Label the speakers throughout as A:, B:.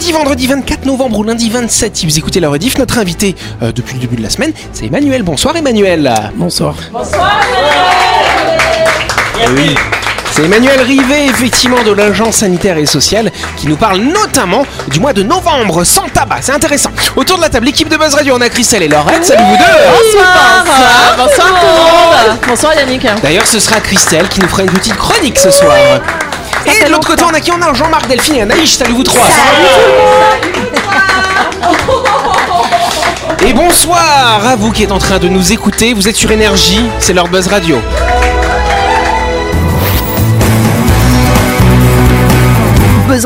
A: Si vendredi 24 novembre ou lundi 27, si vous écoutez la rediff, notre invité euh, depuis le début de la semaine, c'est Emmanuel. Bonsoir Emmanuel.
B: Bonsoir.
A: C'est Emmanuel Rivet, effectivement, de l'Agence sanitaire et sociale, qui nous parle notamment du mois de novembre sans tabac. C'est intéressant. Autour de la table, l'équipe de Buzz Radio, on a Christelle et Laurette. Salut vous deux.
C: Bonsoir Bonsoir tout le monde Bonsoir Yannick
A: D'ailleurs, ce sera Christelle qui nous fera une petite chronique ce soir. Et de l'autre côté, on a qui On a Jean-Marc Delphine et Anaïs. Salut vous trois. Et bonsoir à vous qui êtes en train de nous écouter. Vous êtes sur Énergie, c'est leur Buzz Radio.
D: Buzz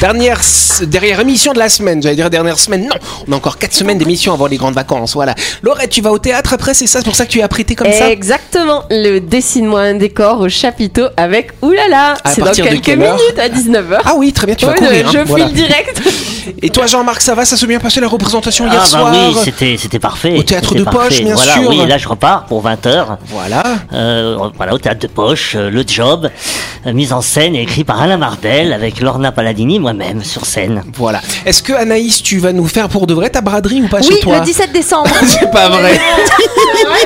A: dernière, dernière émission de la semaine. J'allais dire dernière semaine, non. On a encore 4 semaines d'émission avant les grandes vacances. Voilà. Laurette, tu vas au théâtre après, c'est ça C'est pour ça que tu es apprêtée comme ça
C: Exactement, le dessine-moi un décor au chapiteau avec Oulala.
A: À
C: C'est dans
A: partir de
C: quelques
A: quelle heure
C: minutes à 19h.
A: Ah oui, très bien, tu vas
C: Oui,
A: courir. hein,
C: je
A: voilà.
C: file direct.
A: Et toi, Jean-Marc, ça va Ça s'est bien passé la représentation hier
E: Ah bah
A: soir
E: oui, c'était c'était parfait.
A: Au théâtre
E: C'était
A: de poche,
E: parfait.
A: bien
E: voilà,
A: sûr.
E: Oui, là je repars pour 20h.
A: Voilà.
E: voilà, au théâtre de poche, euh, le job, euh, mise en scène et écrit par Alain Mardel avec Lorna Paladini moi-même sur scène.
A: Voilà. Est-ce que Anaïs, tu vas nous faire pour de vrai ta braderie ou pas
F: Oui,
A: chez toi
F: le 17 décembre.
A: C'est pas vrai.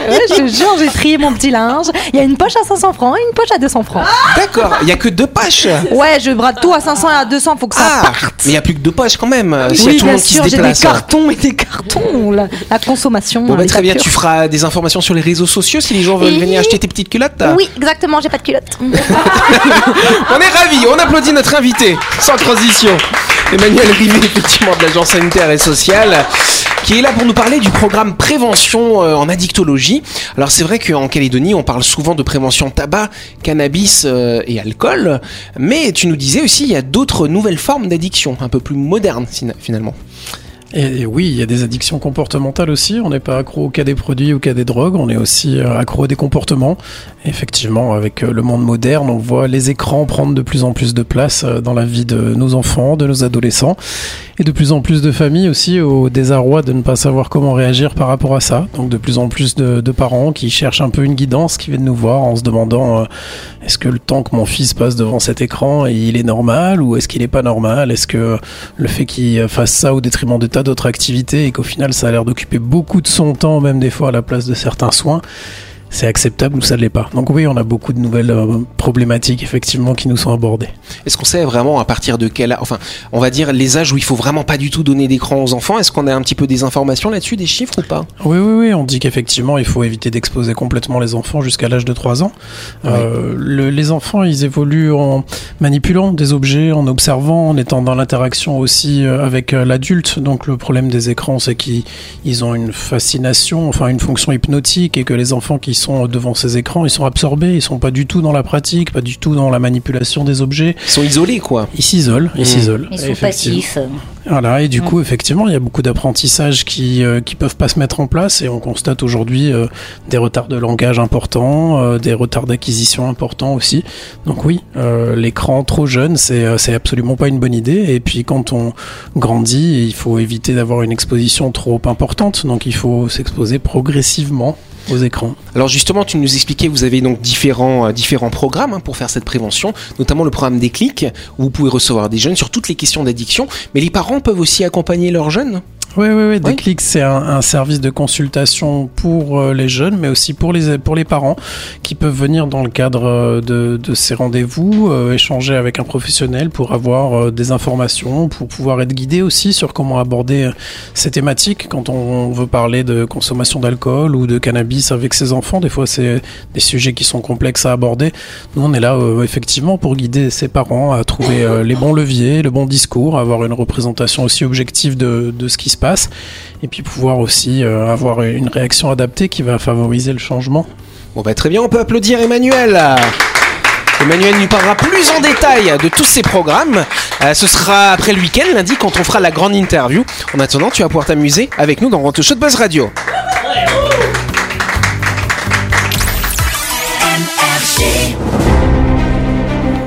F: Ouais, je te jure, j'ai trié mon petit linge. Il y a une poche à 500 francs et une poche à 200 francs.
A: Ah. D'accord. Il y a que deux poches.
F: Ouais, je brade tout à 500 et à 200, faut que ça
A: Ah,
F: parte.
A: mais il y a plus que deux poches quand même. euh, S'il y
F: Oui,
A: a tout le
F: bien
A: monde qui se
F: sûr, j'ai des
A: déplace. hein.
F: cartons et des cartons. La, la consommation.
A: Bon, bah,
F: les
A: très bien, tu
F: factures.
A: feras des informations sur les réseaux sociaux si les gens veulent
F: Et-
A: venir acheter tes petites culottes.
F: Eh, Oui, exactement, j'ai pas de culotte.
A: On est ravis, on applaudit notre invité, sans transition. Emmanuel Rivet, effectivement, de l'Agence sanitaire et sociale, qui est là pour nous parler du programme prévention euh, en addictologie. Alors c'est vrai qu'en Calédonie, on parle souvent de prévention tabac, cannabis euh, et alcool, mais tu nous disais aussi, il y a d'autres nouvelles formes d'addiction, un peu plus modernes sina- finalement.
B: Et oui, il y a des addictions comportementales aussi. On n'est pas accro au cas des produits ou qu'à des drogues, on est aussi euh, accro à des comportements. Et effectivement, avec euh, le monde moderne, on voit les écrans prendre de plus en plus de place euh, dans la vie de nos enfants, de nos adolescents, et de plus en plus de familles aussi au désarroi de ne pas savoir comment réagir par rapport à ça. Donc de plus en plus de, de parents qui cherchent un peu une guidance, qui viennent nous voir en se demandant euh, est-ce que le temps que mon fils passe devant cet écran, il est normal ou est-ce qu'il n'est pas normal Est-ce que euh, le fait qu'il fasse ça au détriment de tas d'autres activités et qu'au final ça a l'air d'occuper beaucoup de son temps, même des fois à la place de certains soins, c'est acceptable ou ça ne l'est pas. Donc oui, on a beaucoup de nouvelles euh, problématiques effectivement qui nous sont abordées.
A: Est-ce qu'on sait vraiment à partir de quel âge, enfin, on va dire les âges où il faut vraiment pas du tout donner d'écran aux enfants Est-ce qu'on a un petit peu des informations là-dessus, des chiffres ou pas
B: Oui, oui, oui, on dit qu'effectivement, il faut éviter d'exposer complètement les enfants jusqu'à l'âge de 3 ans. Euh, le- les enfants, ils évoluent en manipulant des objets, en observant, en étant dans l'interaction aussi euh, avec euh, l'adulte. Donc le problème des écrans, c'est qu'ils ils ont une fascination, enfin une fonction hypnotique, et que les enfants qui sont devant ces écrans, ils sont absorbés, ils sont pas du tout dans la pratique, pas du tout dans la manipulation des objets.
A: Ils sont isolés, quoi.
B: Ils s'isolent,
A: Mm.
B: ils s'isolent.
G: Ils sont
B: effectivement.
G: passifs. Mmh.
B: Voilà, et du coup, effectivement, il y a beaucoup d'apprentissages qui euh, qui peuvent pas se mettre en place, et on constate aujourd'hui euh, des retards de langage importants, euh, des retards d'acquisition importants aussi. Donc oui, euh, l'écran trop jeune, c'est euh, c'est absolument pas une bonne idée. Et puis quand on grandit, il faut éviter d'avoir une exposition trop importante, donc il faut s'exposer progressivement aux écrans.
A: Alors justement, tu nous expliquais, vous avez donc différents, euh, différents programmes hein, pour faire cette prévention, notamment le programme Déclic, où vous pouvez recevoir des jeunes sur toutes les questions d'addiction, mais les parents peuvent aussi accompagner leurs jeunes.
B: Oui, oui, oui. Déclic, c'est un, un service de consultation pour euh, les jeunes, mais aussi pour les, pour les parents qui peuvent venir dans le cadre euh, de, de ces rendez-vous, euh, échanger avec un professionnel pour avoir euh, des informations, pour pouvoir être guidé aussi sur comment aborder euh, ces thématiques quand on veut parler de consommation d'alcool ou de cannabis avec ses enfants. Des fois, c'est des sujets qui sont complexes à aborder. Nous, on est là euh, effectivement pour guider ses parents à trouver euh, les bons leviers, le bon discours, avoir une représentation aussi objective de, de ce qui se passe, et puis pouvoir aussi euh, avoir une réaction adaptée qui va favoriser le changement.
A: Bon bah très bien, on peut applaudir Emmanuel Emmanuel nous parlera plus en détail de tous ces programmes. Euh, ce sera après le week-end, lundi, quand on fera la grande interview. En attendant, tu vas pouvoir t'amuser avec nous dans Rente Show de Buzz Radio.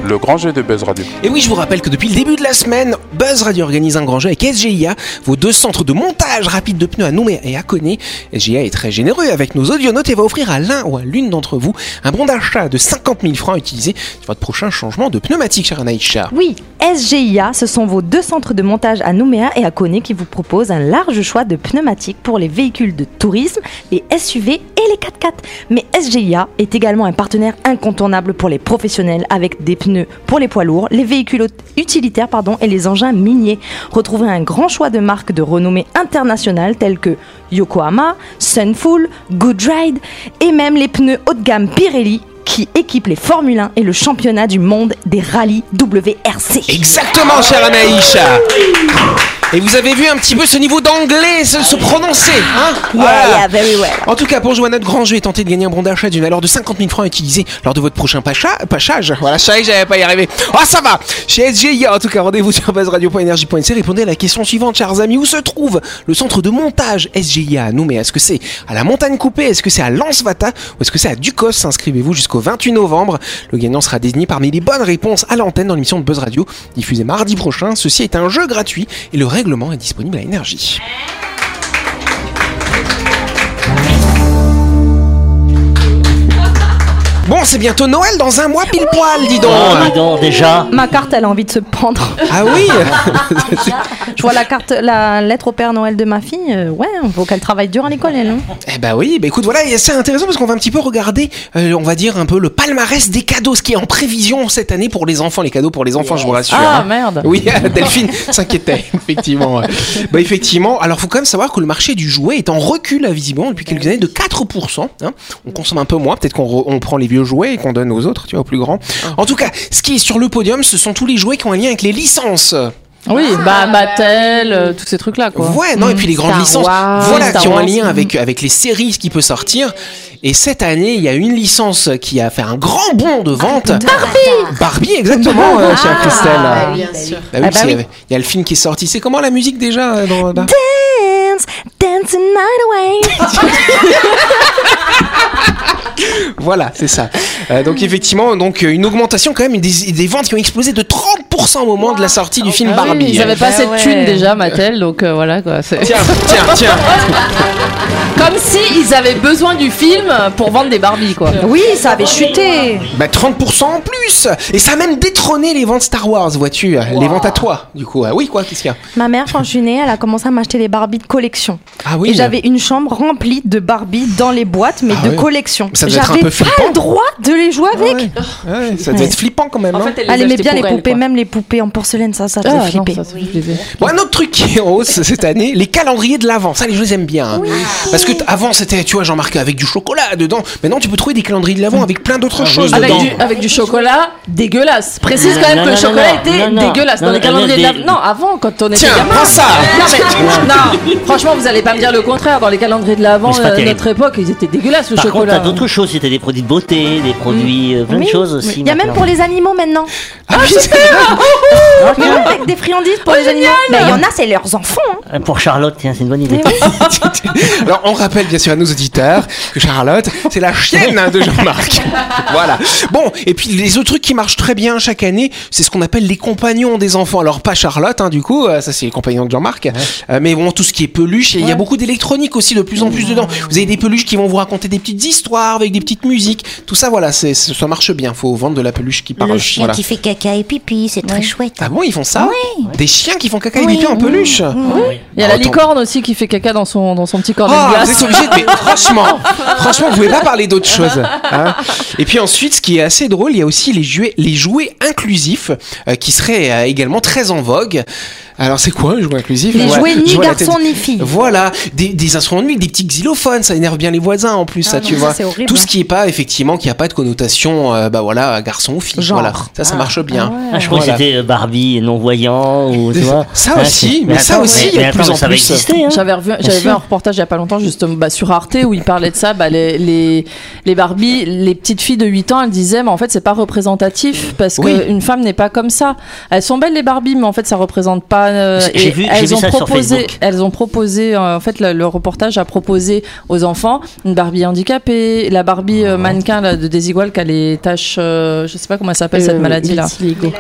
G: le grand jeu de Buzz Radio.
A: Et oui, je vous rappelle que depuis le début de la semaine, Buzz Radio organise un grand jeu avec SGIA, vos deux centres de montage rapide de pneus à Nouméa et à Coné. SGIA est très généreux avec nos audionautes et va offrir à l'un ou à l'une d'entre vous un bon d'achat de 50 000 francs utilisé sur votre prochain changement de pneumatique, chère Anaïcha.
F: Oui, SGIA, ce sont vos deux centres de montage à Nouméa et à Coné qui vous proposent un large choix de pneumatiques pour les véhicules de tourisme, les SUV et les 4x4. Mais SGIA est également un partenaire incontournable pour les professionnels avec des pneus pour les poids lourds, les véhicules utilitaires pardon, et les engins miniers. Retrouvez un grand choix de marques de renommée internationale telles que Yokohama, Sunfull, Goodride et même les pneus haut de gamme Pirelli qui équipent les Formule 1 et le championnat du monde des rallyes WRC.
A: Exactement, chère Anaïcha Et vous avez vu un petit peu ce niveau d'anglais se, se prononcer, hein Voilà.
F: Yeah, yeah, very well.
A: En tout cas, pour jouer à notre grand jeu et tenter de gagner un bon d'achat d'une valeur de 50 000 francs utilisé lors de votre prochain pacha, pachage, voilà, je savais que j'allais pas y arriver. Oh, ça va Chez SGIA, en tout cas, rendez-vous sur buzzradio.energie.nc. Répondez à la question suivante, chers amis. Où se trouve le centre de montage SGIA à Nouméa Est-ce que c'est à la Montagne Coupée Est-ce que c'est à Lens-Vata Ou est-ce que c'est à Ducos Inscrivez-vous jusqu'au 28 novembre. Le gagnant sera désigné parmi les bonnes réponses à l'antenne dans l'émission de Buzz Radio, diffusée mardi prochain. Ceci est un jeu gratuit et le règlement est disponible à Énergie. Bon, c'est bientôt Noël dans un mois pile poil, dis donc.
E: Oh, dis donc, déjà.
F: Ma carte, elle a envie de se pendre.
A: Ah oui
F: Je vois la carte, la lettre au Père Noël de ma fille. euh, ouais, il faut qu'elle travaille dur à l'école, elle. hein.
A: Eh bah oui, bah écoute, voilà, et c'est intéressant parce qu'on va un petit peu regarder, euh, on va dire un peu le palmarès des cadeaux, ce qui est en prévision cette année pour les enfants, les cadeaux pour les enfants, je vous rassure.
F: Ah
A: hein.
F: merde.
A: Oui, Delphine s'inquiétait, effectivement. Bah, effectivement, alors faut quand même savoir que le marché du jouet est en recul, là, visiblement, depuis quelques années, de 4%. hein. On consomme un peu moins, peut-être qu'on re- on prend les vieux jouets et qu'on donne aux autres, tu vois, aux plus grands.
H: Ah.
A: En tout cas, ce qui est sur le podium, ce sont tous les jouets qui ont un lien avec les licences.
H: Oui,
C: Ah.
H: bah Mattel, euh, tous ces trucs-là, quoi.
A: Ouais, non, et puis les grandes
C: Mmh, Star
A: licences,
C: Wars,
A: voilà,
H: Star
A: qui ont un
H: Wars.
A: lien avec, euh, avec les séries qui peut sortir. Et cette année, il y a une licence qui a fait un grand bond de vente. Barbie Barbie, exactement, euh, chère Christelle.
C: Ah, bien sûr.
A: Bah oui, parce qu'il y avait- Il y a le film qui est sorti. C'est comment la musique déjà euh, dans Barbie
F: Dance, dance the night away.
A: Voilà, c'est ça. Euh, donc effectivement, donc euh, une augmentation quand même des, des ventes qui ont explosé de 30% au moment de la sortie du film
H: Ah oui,
A: Barbie.
H: ils avaient pas
C: Bah
H: assez de
C: ouais.
H: thunes déjà, Mattel, donc euh, voilà quoi. c'est-
A: Tiens, tiens, tiens.
H: Comme si ils avaient besoin du film pour vendre des Barbie quoi.
F: Oui, ça avait chuté.
A: Bah 30% en plus Et ça a même détrôné les ventes Star Wars, vois-tu. Les ventes à toi, du coup. Ah oui, quoi, qu'est-ce qu'il y a
F: Ma mère, quand je suis née, elle a commencé à m'acheter les Barbies de collection.
A: Ah oui.
F: Et j'avais une chambre remplie de Barbie dans les boîtes, mais
A: Ah
F: de
A: ouais.
F: collection.
A: Ça devait être un
F: J'avais
A: peu
F: pas
A: flippant. Ah
F: le droit de les jouer
A: Ouais,
F: avec.
A: ouais, ça devait être flippant quand même. hein.
F: Ah, Elle aimait bien les poupées, même les poupées en porcelaine, ça,
C: Ah,
A: Ah
F: ça te fait flipper.
A: Bon, un autre truc qui est en hausse cette année, les calendriers de l'Avent. Ça, les gens, ils aiment bien. hein. Parce que t- avant, c'était, tu vois, Jean-Marc, avec du chocolat dedans. Maintenant, tu peux trouver des calendriers de l'Avent avec plein d'autres choses
H: Avec
A: dedans.
H: du, avec du chocolat dégueulasse. Précise
E: Non,
H: quand même
E: Ah, non,
H: que le
E: non,
H: chocolat
E: non,
H: était
E: non, non.
H: dégueulasse
E: Non,
H: dans les
E: non,
H: calendriers de
E: non,
H: l'Avent. Non, avant quand on était
A: Tiens,
H: gamin.
A: prends ça
H: Non, mais- non, franchement, vous allez pas me dire le contraire. Dans les calendriers de l'avant,
E: Mais c'est pas
H: euh,
E: terrible.
H: notre époque, ils étaient dégueulasses le
E: Par contre,
H: chocolat.
E: t'as d'autres choses, c'était des produits de beauté,
A: Mm.
E: des produits, euh, plein de
F: Oui.
E: choses aussi.
F: Il y a même
E: maintenant.
F: pour les animaux maintenant.
A: Ah, putain.
F: Mais même avec des friandises
E: Oh,
F: pour les animaux. Mais il y en a, c'est leurs enfants. hein.
E: Euh, Pour Charlotte, tiens, c'est une bonne idée.
A: Alors, on rappelle bien sûr à nos auditeurs que Charlotte, c'est la chienne hein, de Jean-Marc. voilà. Bon, et puis les autres trucs qui marchent très bien chaque année, c'est ce qu'on appelle les compagnons des enfants. Alors, pas Charlotte, hein, du coup, euh, ça c'est les compagnons de Jean-Marc. Euh, mais bon, tout ce qui est peluche, et il y a beaucoup d'électronique aussi de plus en plus dedans. Vous avez des peluches qui vont vous raconter des petites histoires avec des petites musiques. Tout ça, voilà, c'est, c'est- ça marche bien. Faut vendre de la peluche qui parle.
I: Le chien
A: Voilà.
I: qui fait caca et pipi, c'est très chouette.
A: Ah bon, ils font ça Des chiens qui font caca et pipi en peluche
H: Il y a la
A: Attends.
H: licorne aussi qui fait caca dans son, dans son petit cornet
A: Ah,
H: de glace.
A: vous êtes obligé de. Mais franchement, franchement, vous pouvez pas parler d'autre chose. hein. Et puis ensuite, ce qui est assez drôle, il y a aussi les jouets, les jouets inclusifs euh, qui seraient euh, également très en vogue. Alors, c'est quoi le jouet inclusif
F: Les
A: Voilà,
F: jouets
A: je
F: ni
A: vois la tête.
F: garçons ni filles.
A: Voilà, des, des instruments de musique, des petits xylophones, ça énerve bien les voisins en plus, ça, tu vois.
F: Ah c'est horrible.
A: Tout ce qui est pas, effectivement, qui a pas de connotation, euh, bah voilà, garçon ou fille.
F: Genre.
A: Voilà, ça, ça marche bien.
E: Ah, je crois
A: Voilà.
E: que c'était euh, Barbie non-voyant ou tu vois.
A: Ça
E: Ah,
A: aussi,
E: c'est-
A: mais ça
E: attends,
A: aussi, il y a
E: mais
A: de plus
E: attends,
A: en
E: ça va
A: plus.
E: exister, hein.
H: J'avais revu- j'avais vu un reportage il y a pas longtemps justement bah, sur Arte où il parlait de ça, bah, les, les, les Barbie, les petites filles de 8 ans, elles disaient mais en fait c'est pas représentatif parce
A: Oui.
H: qu'une femme n'est pas comme ça. Elles sont belles les Barbie mais en fait ça représente pas euh,
E: J'ai- j'ai
H: et
E: vu- j'ai vu
H: elles ont
E: ça sur
H: proposé,
E: Facebook.
H: elles ont proposé, euh, en fait, le, le reportage a proposé aux enfants une Barbie handicapée, la Barbie
E: Ah.
H: euh, mannequin là, de Désigual qui a les taches, euh, je sais pas comment ça s'appelle cette maladie là.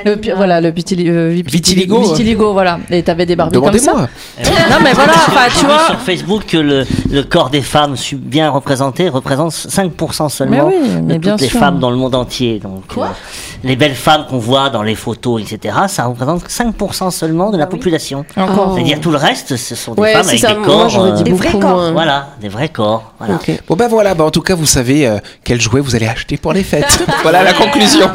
H: Le, pi- voilà, le pitili- euh, vi-
A: Vitiligo.
H: Vitiligo, voilà. Et t'avais des
F: Bah,
H: Barbies comme ça.
A: Demandez-moi.
H: Non, mais voilà, enfin,
E: J'ai
H: tu
E: vu
H: vois.
E: sur Facebook que le, le corps des femmes su- bien représenté représente 5%
H: Mais
E: seulement
H: oui, mais
E: de
H: bien
E: toutes les
H: sûr.
E: femmes dans le monde entier. Donc, euh, les belles femmes qu'on voit dans les photos, etc., ça représente 5% seulement de la population.
H: Encore.
E: C'est-à-dire tout le reste, ce sont des
C: Ouais,
E: femmes
C: si
E: avec
C: ça,
E: des
C: moi
E: corps.
C: j'aurais dit
E: euh,
F: des vrais
C: beaucoup
F: corps,
C: moins.
E: Voilà, des vrais corps. Voilà.
C: Ok.
A: Bon ben voilà, bah en tout cas vous savez euh, quel jouet vous allez acheter pour les fêtes. voilà la conclusion.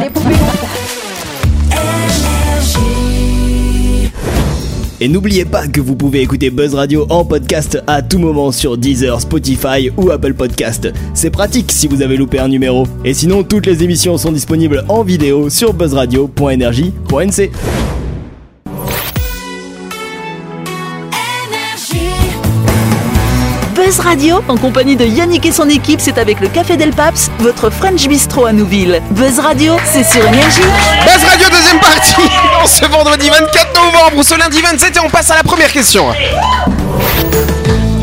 G: Et n'oubliez pas que vous pouvez écouter Buzz Radio en podcast à tout moment sur Deezer, Spotify ou Apple Podcast. C'est pratique si vous avez loupé un numéro. Et sinon, toutes les émissions sont disponibles en vidéo sur buzzradio.energie.nc.
D: Buzz Radio, en compagnie de Yannick et son équipe, c'est avec le Café Del Paps, votre French Bistro à Nouville. Buzz Radio, c'est sur Énergie.
A: Buzz Radio deuxième partie en ce vendredi 24 novembre ou ce lundi 27 et on passe à la première question.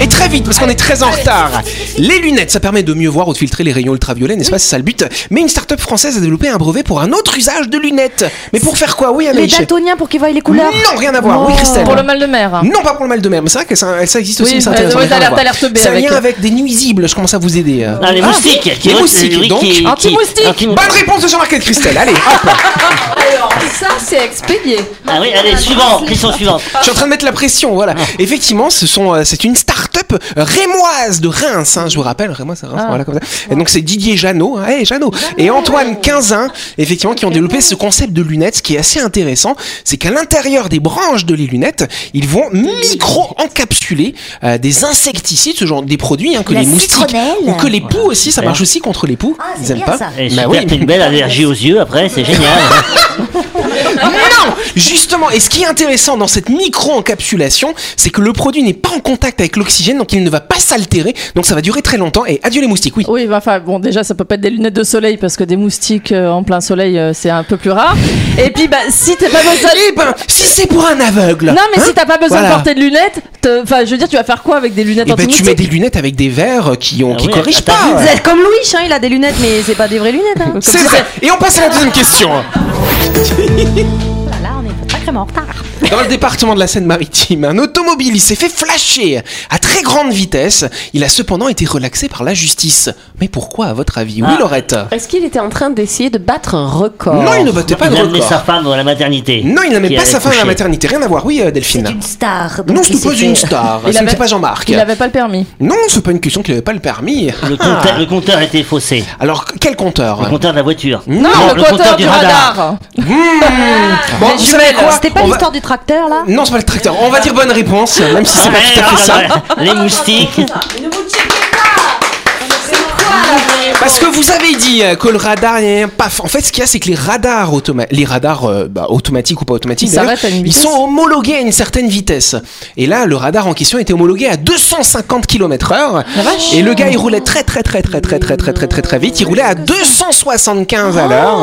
A: Et très vite, parce qu'on est très en retard. Les lunettes, ça permet de mieux voir ou de filtrer les rayons ultraviolets, n'est-ce pas C'est ça le but. Mais une start-up française a développé un brevet pour un autre usage de lunettes. Mais pour faire quoi Oui,
F: Les
A: Anaïs
F: daltoniens pour qu'ils voient les couleurs.
A: Non, rien à voir. Oui, Christelle.
E: hein.
H: Pour le mal de mer. hein.
A: Non, pas pour le mal de mer, mais c'est vrai que ça, ça existe aussi,
H: Oui,
A: mais c'est
H: euh,
A: intéressant.
H: ouais,
A: rien à
H: t'as l'air-
A: voir.
H: t'as l'air teubé
A: C'est un
H: avec,
A: lien
H: euh,
A: avec des nuisibles, je commence à vous aider. euh.
E: Ah, les moustiques, qui
A: les
E: re-
A: moustiques,
E: oui,
A: donc.
E: qui- qui-
H: Anti-moustiques.
E: anti-moustiques.
A: Bonne réponse de Jean-Marc et de Christelle, allez, hop
H: Ça, c'est expédié.
E: Ah oui, allez, suivant, question suivante.
A: Je suis en train de mettre la pression, voilà.
I: Ah.
A: Effectivement, ce sont, euh, c'est une start-up euh, rémoise de Reims, hein, je vous rappelle, rémoise, c'est Reims,
I: Ah.
A: voilà, comme ça. Et donc c'est Didier Jeannot, hein, hey, Jeannot, et Antoine Quinzin, effectivement,
I: Ah.
A: qui ont développé ce concept de lunettes. Ce qui est assez intéressant, c'est qu'à l'intérieur des branches de les lunettes, ils vont micro-encapsuler euh, des insecticides, ce genre des produits hein, que
I: La
A: les moustiques
I: citronnelle.
A: ou que les poux aussi, ça marche aussi contre les poux,
I: Ah, c'est
A: ils aiment
I: bien,
A: pas.
I: ça.
E: Et
A: Bah
E: Eh, super,
A: oui,
E: t'as une belle allergie aux yeux après, c'est génial.
A: Non Justement, et ce qui est intéressant dans cette micro-encapsulation, c'est que le produit n'est pas en contact avec l'oxygène, donc il ne va pas s'altérer, donc ça va durer très longtemps, et adieu les moustiques, oui.
H: Oui, bah, enfin, bon, déjà, ça peut pas être des lunettes de soleil parce que des moustiques euh, en plein soleil, euh, c'est un peu plus rare. Et puis, bah, si t'es pas besoin.
A: Eh ben, si c'est pour un aveugle
H: Non, mais
A: hein,
H: si t'as pas besoin
A: Voilà.
H: de porter de lunettes, te- enfin, je veux dire, tu vas faire quoi avec des lunettes
A: eh ben, tu mets
H: anti-moustiques
A: des lunettes avec des verres qui, ont,
E: Ah
A: qui
E: oui,
A: corrigent
E: t'as
A: pas euh,
E: vu,
A: ouais.
F: Vous êtes comme Louis, hein, il a des lunettes, mais c'est pas des vraies lunettes. Hein.
A: C'est vrai Et on passe à la deuxième question hein.
F: Là, on est sacrément en retard.
A: Dans le département de la Seine-Maritime, un automobiliste s'est fait flasher à très grande vitesse. Il a cependant été relaxé par la justice. Mais pourquoi, à votre avis Oui,
E: Ah.
A: Laurette
C: Est-ce qu'il était en train d'essayer de battre un record
A: Non, Ah, il ne battait pas
E: Oh. il
A: de
E: a amené
A: record.
E: sa femme à la maternité.
A: Non, il n'aimait
E: qui
A: pas
E: avait
A: sa femme à la
E: couché.
A: maternité. Rien à voir. Oui, euh,
I: C'est
A: Delphine.
I: une star. donc
A: Non, ce
I: il
A: n'est pas
I: s'est
A: une
I: fait-
A: star.
H: Il
A: Ce n'était
H: avait-
A: pas Jean-Marc.
H: Il avait pas le permis.
A: Non, c'est pas une question qu'il n'avait pas le permis.
E: Le
A: Ah.
E: compteur, le compteur était faussé.
A: Alors, quel compteur
E: Le compteur de la voiture.
A: Non,
E: le compteur du radar.
A: Mmh. Bon, vous savez quoi
F: C'était pas
A: On va-
F: l'histoire du tracteur, là
A: Non, c'est pas le tracteur. On va dire bonne réponse, même si c'est pas
E: Ah, Ouais,
A: tout à fait ça.
E: voilà, Les moustiques.
A: Parce que vous avez dit euh, que le radar, euh, paf. En fait, ce qu'il y a, c'est que les radars, automa- les radars euh, bah, automatiques ou pas automatiques,
H: Ils
A: d'ailleurs,
H: s'arrêtent à une
A: ils
H: vitesse.
A: sont homologués à une certaine vitesse. Et là, le radar en question était homologué à 250 km/h. Et le gars, il roulait très très très très très très très très très très vite. Il roulait à 275 à l'heure.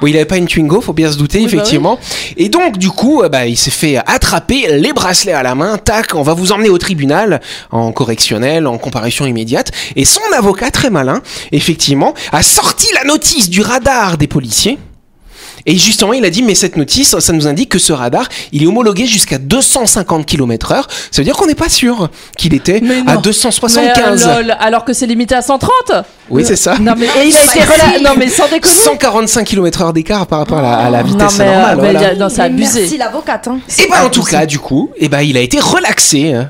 A: Bon, il avait pas une Twingo, faut bien se douter, effectivement. Et donc, du coup, euh, bah, il s'est fait attraper, les bracelets à la main, tac, on va vous emmener au tribunal, en correctionnel, en comparution immédiate. Et son avocat, très malin, effectivement, a sorti la notice du radar des policiers. Et justement, il a dit, mais cette notice, ça nous indique que ce radar, il est homologué jusqu'à 250 km heure. Ça veut dire qu'on n'est pas sûr qu'il était
H: Mais
A: à
H: non. Mais,
A: 275.
H: euh, lol, alors que c'est limité à 130
A: oui, c'est ça.
H: Non mais,
C: Ah,
F: Et il
H: non,
F: s'est
H: mais-
F: relaxé.
H: non mais sans déconner
A: 145 km heure d'écart par rapport à la, à Ah, la vitesse
H: mais, euh,
A: normale.
H: mais
A: voilà.
H: il y a- non, c'est abusé.
F: Merci l'avocate. Hein.
A: Et bah en tout cas, du coup, et bah il a été relaxé hein.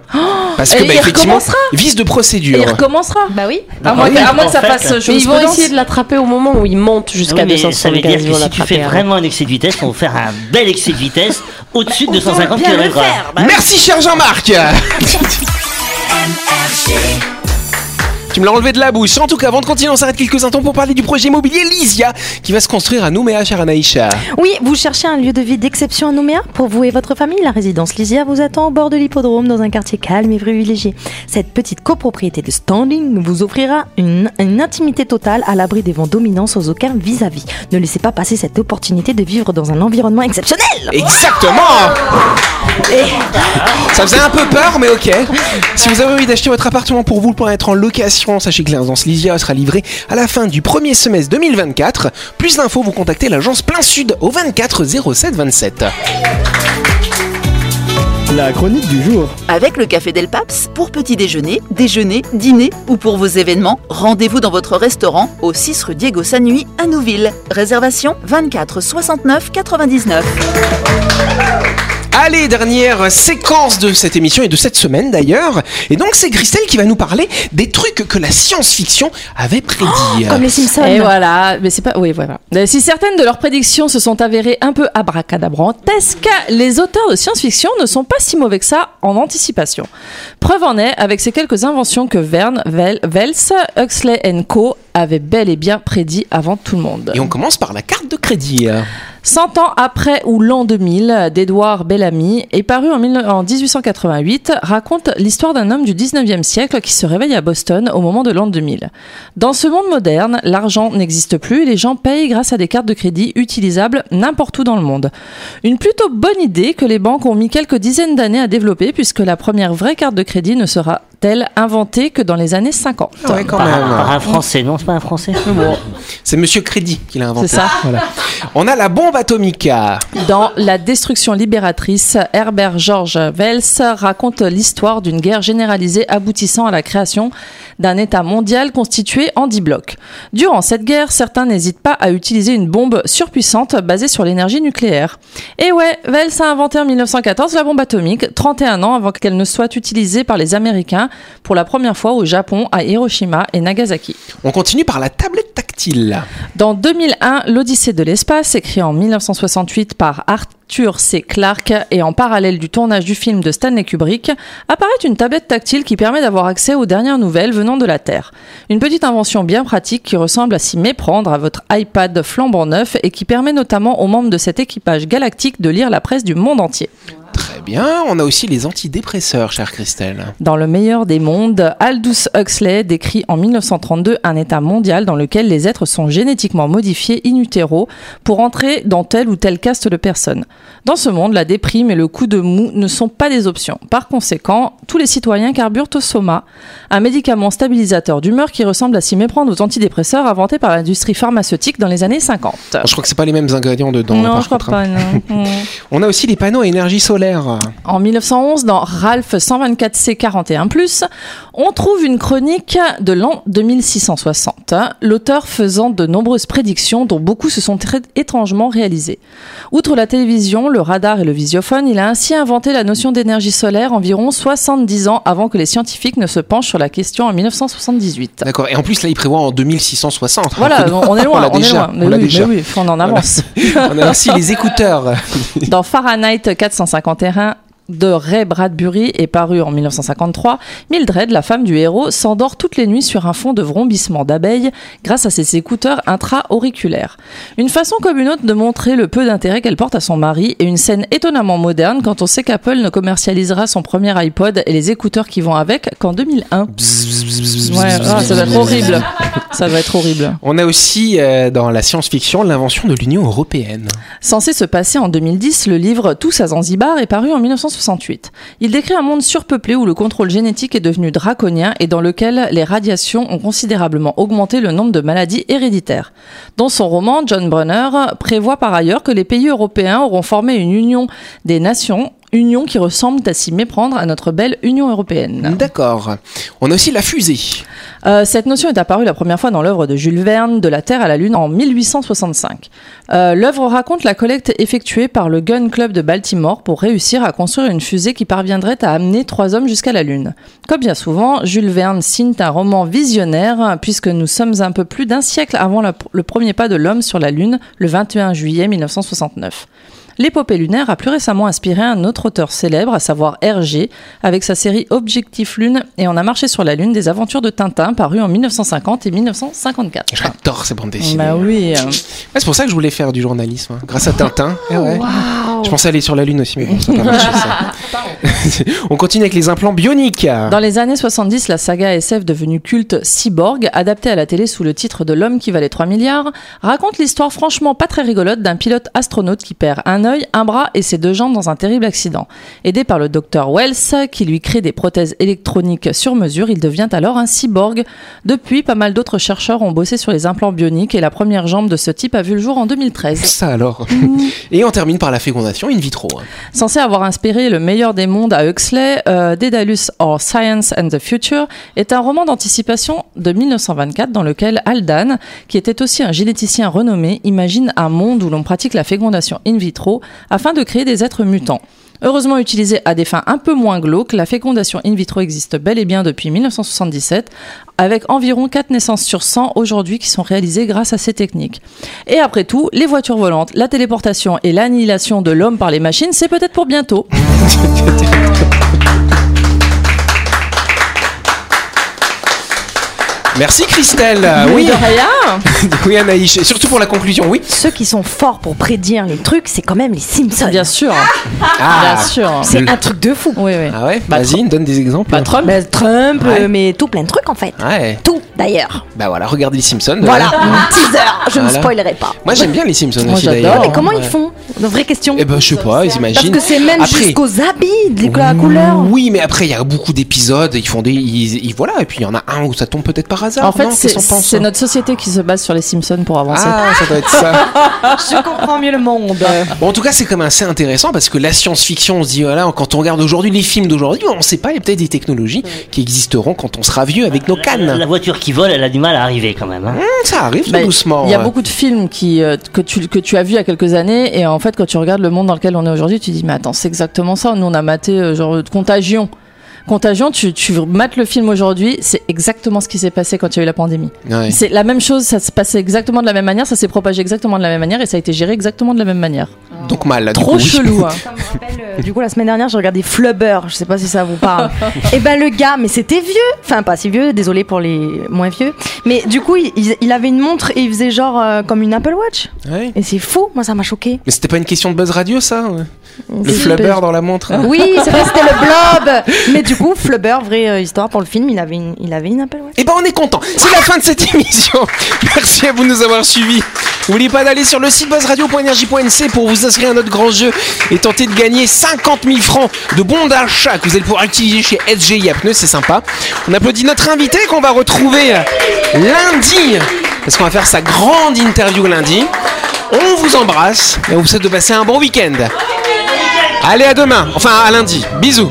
A: parce que
H: et
A: bah,
H: il
A: effectivement,
H: recommencera
A: vice de
H: Et il
A: procédure.
H: recommencera.
F: Bah oui.
H: À moins,
E: oui,
H: que- à moins
E: en
H: que ça
E: fait.
H: fasse euh,
C: Mais ils vont
H: jurisprudence.
C: essayer de l'attraper au moment où il monte jusqu'à
E: Ah Oui, mais ça veut
C: 275
E: dire
C: ils
E: que
C: vont
E: si tu
C: l'attraper
E: fais
C: avant.
E: vraiment un excès de vitesse, on va faire un bel excès de vitesse au-dessus de 250
F: bien le
E: km/h.
A: bah.
F: faire.
A: Merci cher Jean-Marc. Tu me l'as enlevé de la bouche. En tout cas, avant de continuer, on s'arrête quelques instants pour parler du projet immobilier Lysia qui va se construire à Nouméa, chère Anaïcha.
F: Oui, vous cherchez un lieu de vie d'exception à Nouméa Pour vous et votre famille, la résidence Lysia vous attend au bord de l'hippodrome dans un quartier calme et privilégié. Cette petite copropriété de standing vous offrira une, une intimité totale à l'abri des vents dominants sans aucun vis-à-vis. Ne laissez pas passer cette opportunité de vivre dans un environnement exceptionnel
A: Exactement Ça faisait un peu peur, mais ok. Si vous avez envie d'acheter votre appartement pour vous pour être en location, sachez que la résidence Lysia sera livrée à la fin du premier semestre 2024. Plus d'infos, vous contactez l'agence Plein Sud au 24 07 27.
G: La chronique du jour.
D: Avec le Café Del Paps, pour petit déjeuner, déjeuner, dîner ou pour vos événements, rendez-vous dans votre restaurant au 6 rue Diego Sanui à Nouville. Réservation 24 69 99.
A: Allez, dernière séquence de cette émission et de cette semaine d'ailleurs. Et donc, c'est Christelle qui va nous parler des trucs que la science-fiction avait prédit.
F: Comme les Simpsons.
H: Et voilà, mais c'est pas. Oui, voilà. Euh, Si certaines de leurs prédictions se sont avérées un peu abracadabrantesques, les auteurs de science-fiction ne sont pas si mauvais que ça en anticipation. Preuve en est avec ces quelques inventions que Verne, Vel- Vels, Huxley and Co. avaient bel et bien prédit avant tout le monde.
A: Et on commence par la carte de crédit.
H: 100 ans après ou l'an 2000 d'Edouard Bellamy est paru en mille- en 1888, raconte l'histoire d'un homme du 19e siècle qui se réveille à Boston au moment de l'an 2000. Dans ce monde moderne, l'argent n'existe plus et les gens payent grâce à des cartes de crédit utilisables n'importe où dans le monde. Une plutôt bonne idée que les banques ont mis quelques dizaines d'années à développer puisque la première vraie carte de crédit ne sera-t-elle inventée que dans les années 50.
A: quand
E: Par, un- par un français, non, c'est pas un français.
A: C'est Monsieur Crédit qui l'a
H: C'est
A: inventé.
H: ça.
A: On a la bombe atomique.
H: Dans La destruction libératrice, Herbert George Wells raconte l'histoire d'une guerre généralisée aboutissant à la création d'un État mondial constitué en dix blocs. Durant cette guerre, certains n'hésitent pas à utiliser une bombe surpuissante basée sur l'énergie nucléaire. Et ouais, Wells a inventé en 1914 la bombe atomique, 31 ans avant qu'elle ne soit utilisée par les Américains pour la première fois au Japon, à Hiroshima et Nagasaki.
A: On continue par la tablette tactile.
H: Dans 2001, l'Odyssée de l'espace, écrit en 1968 par Arthur C. Clarke et en parallèle du tournage du film de Stanley Kubrick, apparaît une tablette tactile qui permet d'avoir accès aux dernières nouvelles venant de la Terre. Une petite invention bien pratique qui ressemble à s'y méprendre à votre iPad flambant neuf et qui permet notamment aux membres de cet équipage galactique de lire la presse du monde entier.
A: Très bien. On a aussi les antidépresseurs, chère Christelle.
H: Dans le meilleur des mondes, Aldous Huxley décrit en 1932 un état mondial dans lequel les êtres sont génétiquement modifiés in utero pour entrer dans telle ou telle caste de personnes. Dans ce monde, la déprime et le coup de mou ne sont pas des options. Par conséquent, tous les citoyens carburent au soma, un médicament stabilisateur d'humeur qui ressemble à s'y méprendre aux antidépresseurs inventés par l'industrie pharmaceutique dans les années 50.
A: Je crois que c'est pas les mêmes ingrédients dedans.
H: Non,
A: par
H: je crois
A: contre,
H: pas,
A: hein.
H: non. Mm.
A: On a aussi les panneaux à énergie solaire.
H: En 1911, dans Ralph 124C41+, on trouve une chronique de l'an 2660, l'auteur faisant de nombreuses prédictions dont beaucoup se sont très étrangement réalisées. Outre la télévision, le radar et le visiophone, il a ainsi inventé la notion d'énergie solaire environ 70 ans avant que les scientifiques ne se penchent sur la question en 1978.
A: D'accord. Et en plus, là, il prévoit en 2660.
H: Voilà, on est
A: On
H: loin,
A: l'a
H: on, est
A: déjà,
H: loin. Mais
A: on l'a
H: oui,
A: déjà.
H: mais oui, on en avance.
A: On a aussi les écouteurs.
H: Dans Fahrenheit 451 de Ray Bradbury est paru en 1953, Mildred, la femme du héros, s'endort toutes les nuits sur un fond de vrombissement d'abeilles grâce à ses écouteurs intra-auriculaires. Une façon comme une autre de montrer le peu d'intérêt qu'elle porte à son mari et une scène étonnamment moderne quand on sait qu'Apple ne commercialisera son premier iPod et les écouteurs qui vont avec qu'en 2001. Ouais, ah, ça doit être horrible. Ça doit être horrible.
A: On a aussi euh, dans la science-fiction l'invention de l'Union européenne.
H: Censé se passer en 2010, le livre Tous à Zanzibar est paru en 1968. Il décrit un monde surpeuplé où le contrôle génétique est devenu draconien et dans lequel les radiations ont considérablement augmenté le nombre de maladies héréditaires. Dans son roman, John Brunner prévoit par ailleurs que les pays européens auront formé une union des nations, union qui ressemble à s'y méprendre à notre belle Union européenne.
A: D'accord. On a aussi la fusée.
H: Euh, cette notion est apparue la première fois dans l'œuvre de Jules Verne, De la Terre à la Lune, en 1865. Euh, l'œuvre raconte la collecte effectuée par le Gun Club de Baltimore pour réussir à construire une fusée qui parviendrait à amener trois hommes jusqu'à la Lune. Comme bien souvent, Jules Verne signe un roman visionnaire, puisque nous sommes un peu plus d'un siècle avant la- le premier pas de l'homme sur la Lune, le 21 juillet 1969. L'épopée lunaire a plus récemment inspiré un autre auteur célèbre, à savoir Hergé, avec sa série Objectif Lune et On a marché sur la Lune des aventures de Tintin, parues en 1950 et 1954.
A: J'adore ces bandes dessinées.
H: Ah. Bah oui. euh,
A: Ouais, Ah, c'est pour ça que je voulais faire du journalisme, hein, grâce à Tintin.
H: Ah,
A: Eh ouais. Je pensais aller sur la Lune aussi, mais bon, ça n'a pas marché, ça. On continue avec les implants bioniques.
H: Dans les années 70, la saga SF devenue culte Cyborg, adaptée à la télé sous le titre de L'homme qui valait 3 milliards, raconte l'histoire franchement pas très rigolote d'un pilote astronaute qui perd un œil, un bras et ses deux jambes dans un terrible accident. Aidé par le docteur Wells, qui lui crée des prothèses électroniques sur mesure, il devient alors un cyborg. Depuis, pas mal d'autres chercheurs ont bossé sur les implants bioniques et la première jambe de ce type a vu le jour en 2013.
A: Ça alors.
H: Mm.
A: Et on termine par la fécondation in vitro. hein.
H: Censé avoir inspiré le meilleur des mondes à Huxley, euh, Daedalus or Science and the Future est un roman d'anticipation de 1924 dans lequel Aldan, qui était aussi un généticien renommé, imagine un monde où l'on pratique la fécondation in vitro afin de créer des êtres mutants. Heureusement utilisée à des fins un peu moins glauques, la fécondation in vitro existe bel et bien depuis 1977, avec environ 4 naissances sur 100 aujourd'hui qui sont réalisées grâce à ces techniques. Et après tout, les voitures volantes, la téléportation et l'annihilation de l'homme par les machines, c'est peut-être pour bientôt.
A: Merci Christelle.
F: Ah
A: oui, oui Anaïs. Et surtout pour la conclusion, oui.
F: Ceux qui sont forts pour prédire les trucs, c'est quand même les Simpsons.
H: Bien sûr, hein.
A: Ah,
H: bien sûr.
F: C'est un truc de fou.
H: Oui, oui.
A: Ah ouais Vas-y, donne des exemples.
H: Bah, Trump,
F: Bah, Trump,
A: Ouais.
F: euh, mais tout plein de trucs en fait.
A: Ouais.
F: Tout d'ailleurs.
A: Bah voilà, regardez les Simpsons.
F: Voilà, teaser, je
A: Ah. Voilà.
F: ne spoilerai pas.
A: Moi j'aime bien les Simpsons
H: Moi,
A: aussi
H: j'adore.
A: d'ailleurs.
H: Oh,
F: Mais comment
A: Ouais.
F: ils font De vraies questions.
A: Eh ben je sais pas, ils
F: Parce
A: imaginent.
F: que c'est même
A: Après-
F: jusqu'aux habits, les la couleur.
A: Mm. Oui, mais après il y a beaucoup d'épisodes, ils font des, ils, ils- voilà, et puis il y en a un où ça tombe peut-être par hasard.
H: en fait,
A: non
H: c'est
A: Qu'est-ce qu'on pense
F: hein
A: hein
H: c'est notre société qui se base sur les Simpsons pour avancer.
A: Ah, ça doit être ça.
F: Je comprends mieux le monde.
A: bon, en tout cas, c'est quand même assez intéressant parce que la science-fiction, on se dit voilà, quand on regarde aujourd'hui les films d'aujourd'hui, on sait pas, il y a peut-être des technologies qui existeront quand on sera vieux avec nos
E: La, la
A: cannes.
E: voiture qui vole, elle a du mal à arriver quand même. hein.
A: Ça arrive tout
H: Bah,
A: doucement.
H: Il y a beaucoup de films qui, euh, que, tu, que tu as vu il y a quelques années, et en fait, quand tu regardes le monde dans lequel on est aujourd'hui, tu dis, mais attends, c'est exactement ça. Nous, on a maté, euh, genre, euh, Contagion. Contagion, tu, tu mates le film aujourd'hui, c'est exactement ce qui s'est passé quand il y a eu la pandémie.
A: Ouais.
H: C'est la même chose, ça se passait exactement de la même manière, ça s'est propagé exactement de la même manière, et ça a été géré exactement de la même manière.
A: Donc mal. là, du
H: Trop
A: coup, oui.
H: chelou, hein.
F: Ça me rappelle, euh, Du coup, la semaine dernière, j'ai regardé Flubber. Je sais pas si ça vous parle. et ben, le gars, mais c'était vieux. Enfin, pas si vieux. Désolé pour les moins vieux. Mais du coup, il, il- il avait une montre et il faisait genre euh, comme une Apple Watch.
A: Ouais.
F: Et c'est fou. Moi, ça m'a choqué.
A: Mais c'était pas une question de buzz radio, ça Le flubber dans la montre. hein.
F: Oui, c'est vrai, c'était le blob. Mais du coup, Flubber, vraie euh, histoire pour le film, il avait une, il avait une Apple Watch.
A: Eh ben on est content. C'est la fin de cette émission. Merci à vous de nous avoir suivis. N'oubliez pas d'aller sur le site buzzradio.energie.nc pour vous inscrire à notre grand jeu et tenter de gagner 50 000 francs de bons d'achat que vous allez pouvoir utiliser chez SGI à pneus, c'est sympa. On applaudit notre invité qu'on va retrouver euh, lundi parce qu'on va faire sa grande interview lundi. On vous embrasse et on vous souhaite de passer un bon week-end. Allez à demain, enfin à lundi. Bisous.